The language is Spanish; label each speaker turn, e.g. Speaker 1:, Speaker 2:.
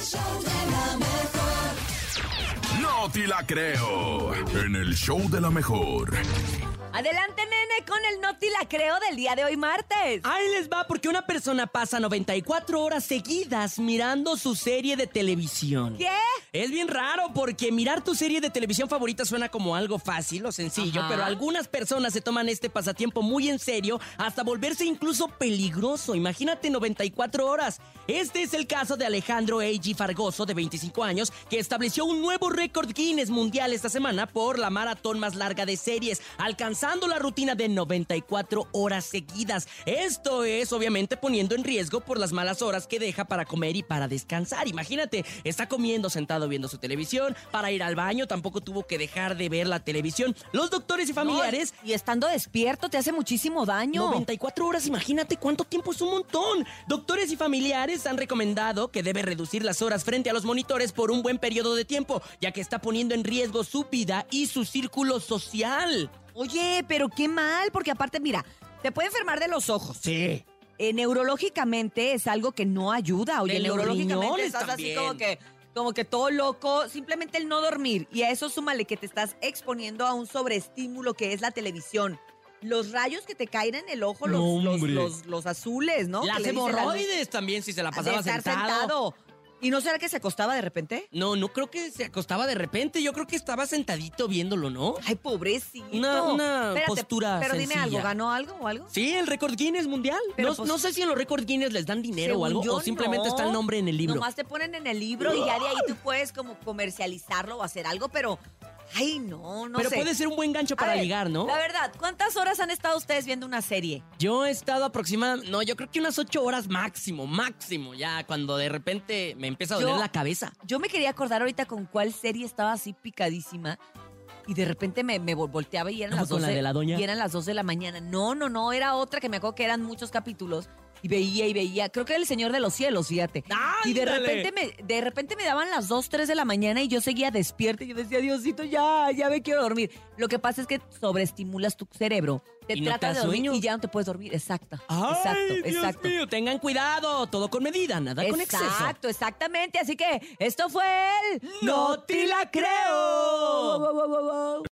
Speaker 1: show de la mejor.
Speaker 2: No te la creo. En el show de la mejor.
Speaker 3: Adelante, nene, con el Noti la creo del día de hoy martes.
Speaker 4: Ahí les va porque una persona pasa 94 horas seguidas mirando su serie de televisión.
Speaker 3: ¿Qué?
Speaker 4: Es bien raro porque mirar tu serie de televisión favorita suena como algo fácil o sencillo,
Speaker 3: Ajá.
Speaker 4: pero algunas personas se toman este pasatiempo muy en serio hasta volverse incluso peligroso. Imagínate 94 horas. Este es el caso de Alejandro A.G. Fargoso, de 25 años, que estableció un nuevo récord Guinness mundial esta semana por la maratón más larga de series, alcanzando la rutina de 94 horas seguidas. Esto es obviamente poniendo en riesgo por las malas horas que deja para comer y para descansar. Imagínate, está comiendo sentado viendo su televisión, para ir al baño tampoco tuvo que dejar de ver la televisión. Los doctores y familiares
Speaker 3: Y estando despierto te hace muchísimo daño.
Speaker 4: 94 horas, imagínate cuánto tiempo es un montón. Doctores y familiares han recomendado que debe reducir las horas frente a los monitores por un buen periodo de tiempo, ya que está poniendo en riesgo su vida y su círculo social.
Speaker 3: Oye, pero qué mal, porque aparte, mira, te puede enfermar de los ojos.
Speaker 4: Sí.
Speaker 3: Eh, neurológicamente es algo que no ayuda. Oye,
Speaker 4: De los
Speaker 3: neurológicamente
Speaker 4: riñones
Speaker 3: estás así
Speaker 4: también.
Speaker 3: como que, como que todo loco, simplemente el no dormir. Y a eso súmale que te estás exponiendo a un sobreestímulo que es la televisión. Los rayos que te caen en el ojo, los,
Speaker 4: No,
Speaker 3: los,
Speaker 4: hombre.
Speaker 3: los- los azules, ¿no? Que
Speaker 4: Las
Speaker 3: le dicen la luz.
Speaker 4: hemorroides también, si se la
Speaker 3: de
Speaker 4: pasaba
Speaker 3: estar
Speaker 4: sentado.
Speaker 3: sentado. ¿Y no será que se acostaba de repente?
Speaker 4: No, no creo que se acostaba de repente. Yo creo que estaba sentadito viéndolo, ¿no?
Speaker 3: Ay, pobrecito.
Speaker 4: Una- una postura
Speaker 3: Pero dime
Speaker 4: sencilla.
Speaker 3: algo, ¿ganó algo o algo?
Speaker 4: Sí, el récord Guinness mundial.
Speaker 3: Pero
Speaker 4: no,
Speaker 3: pues-
Speaker 4: no sé si en los récord Guinness les dan dinero o
Speaker 3: Según
Speaker 4: algo,
Speaker 3: yo,
Speaker 4: o simplemente
Speaker 3: no.
Speaker 4: está el nombre en el libro.
Speaker 3: Nomás te ponen en el libro y ya de ahí tú puedes como comercializarlo o hacer algo, pero... Ay, no, no
Speaker 4: Pero
Speaker 3: sé.
Speaker 4: puede ser un buen gancho
Speaker 3: A
Speaker 4: para
Speaker 3: ver,
Speaker 4: ligar, ¿no?
Speaker 3: La verdad, ¿cuántas horas han estado ustedes viendo una serie?
Speaker 4: Yo he estado aproximadamente, no, yo creo que unas ocho horas máximo, máximo, ya cuando de repente me empieza a doler
Speaker 3: Yo-
Speaker 4: la cabeza.
Speaker 3: Yo me quería acordar ahorita con cuál serie estaba así picadísima y de repente me, me vol- volteaba y eran
Speaker 4: No,
Speaker 3: las
Speaker 4: con
Speaker 3: 12
Speaker 4: la de la doña.
Speaker 3: y eran las 2 de la mañana. No, no, no, era otra que me acuerdo que eran muchos capítulos y veía y veía. Creo que era El Señor de los Cielos, fíjate. Y de
Speaker 4: ¡Ándale!
Speaker 3: repente me de repente me daban las 2, 3 de la mañana y yo seguía despierta y yo decía, "Diosito, ya, ya me quiero dormir." Lo que pasa es que sobreestimulas tu cerebro. Te
Speaker 4: Y no
Speaker 3: trata
Speaker 4: te da
Speaker 3: de dormir
Speaker 4: sueño.
Speaker 3: y ya no te puedes dormir. Exacto.
Speaker 4: Ay,
Speaker 3: exacto,
Speaker 4: Dios
Speaker 3: exacto.
Speaker 4: mío, tengan cuidado, todo con medida, nada con exceso.
Speaker 3: Exacto, exactamente. Así que esto fue el
Speaker 4: No te la creo.
Speaker 3: Wow, wow, wow, wow, wow.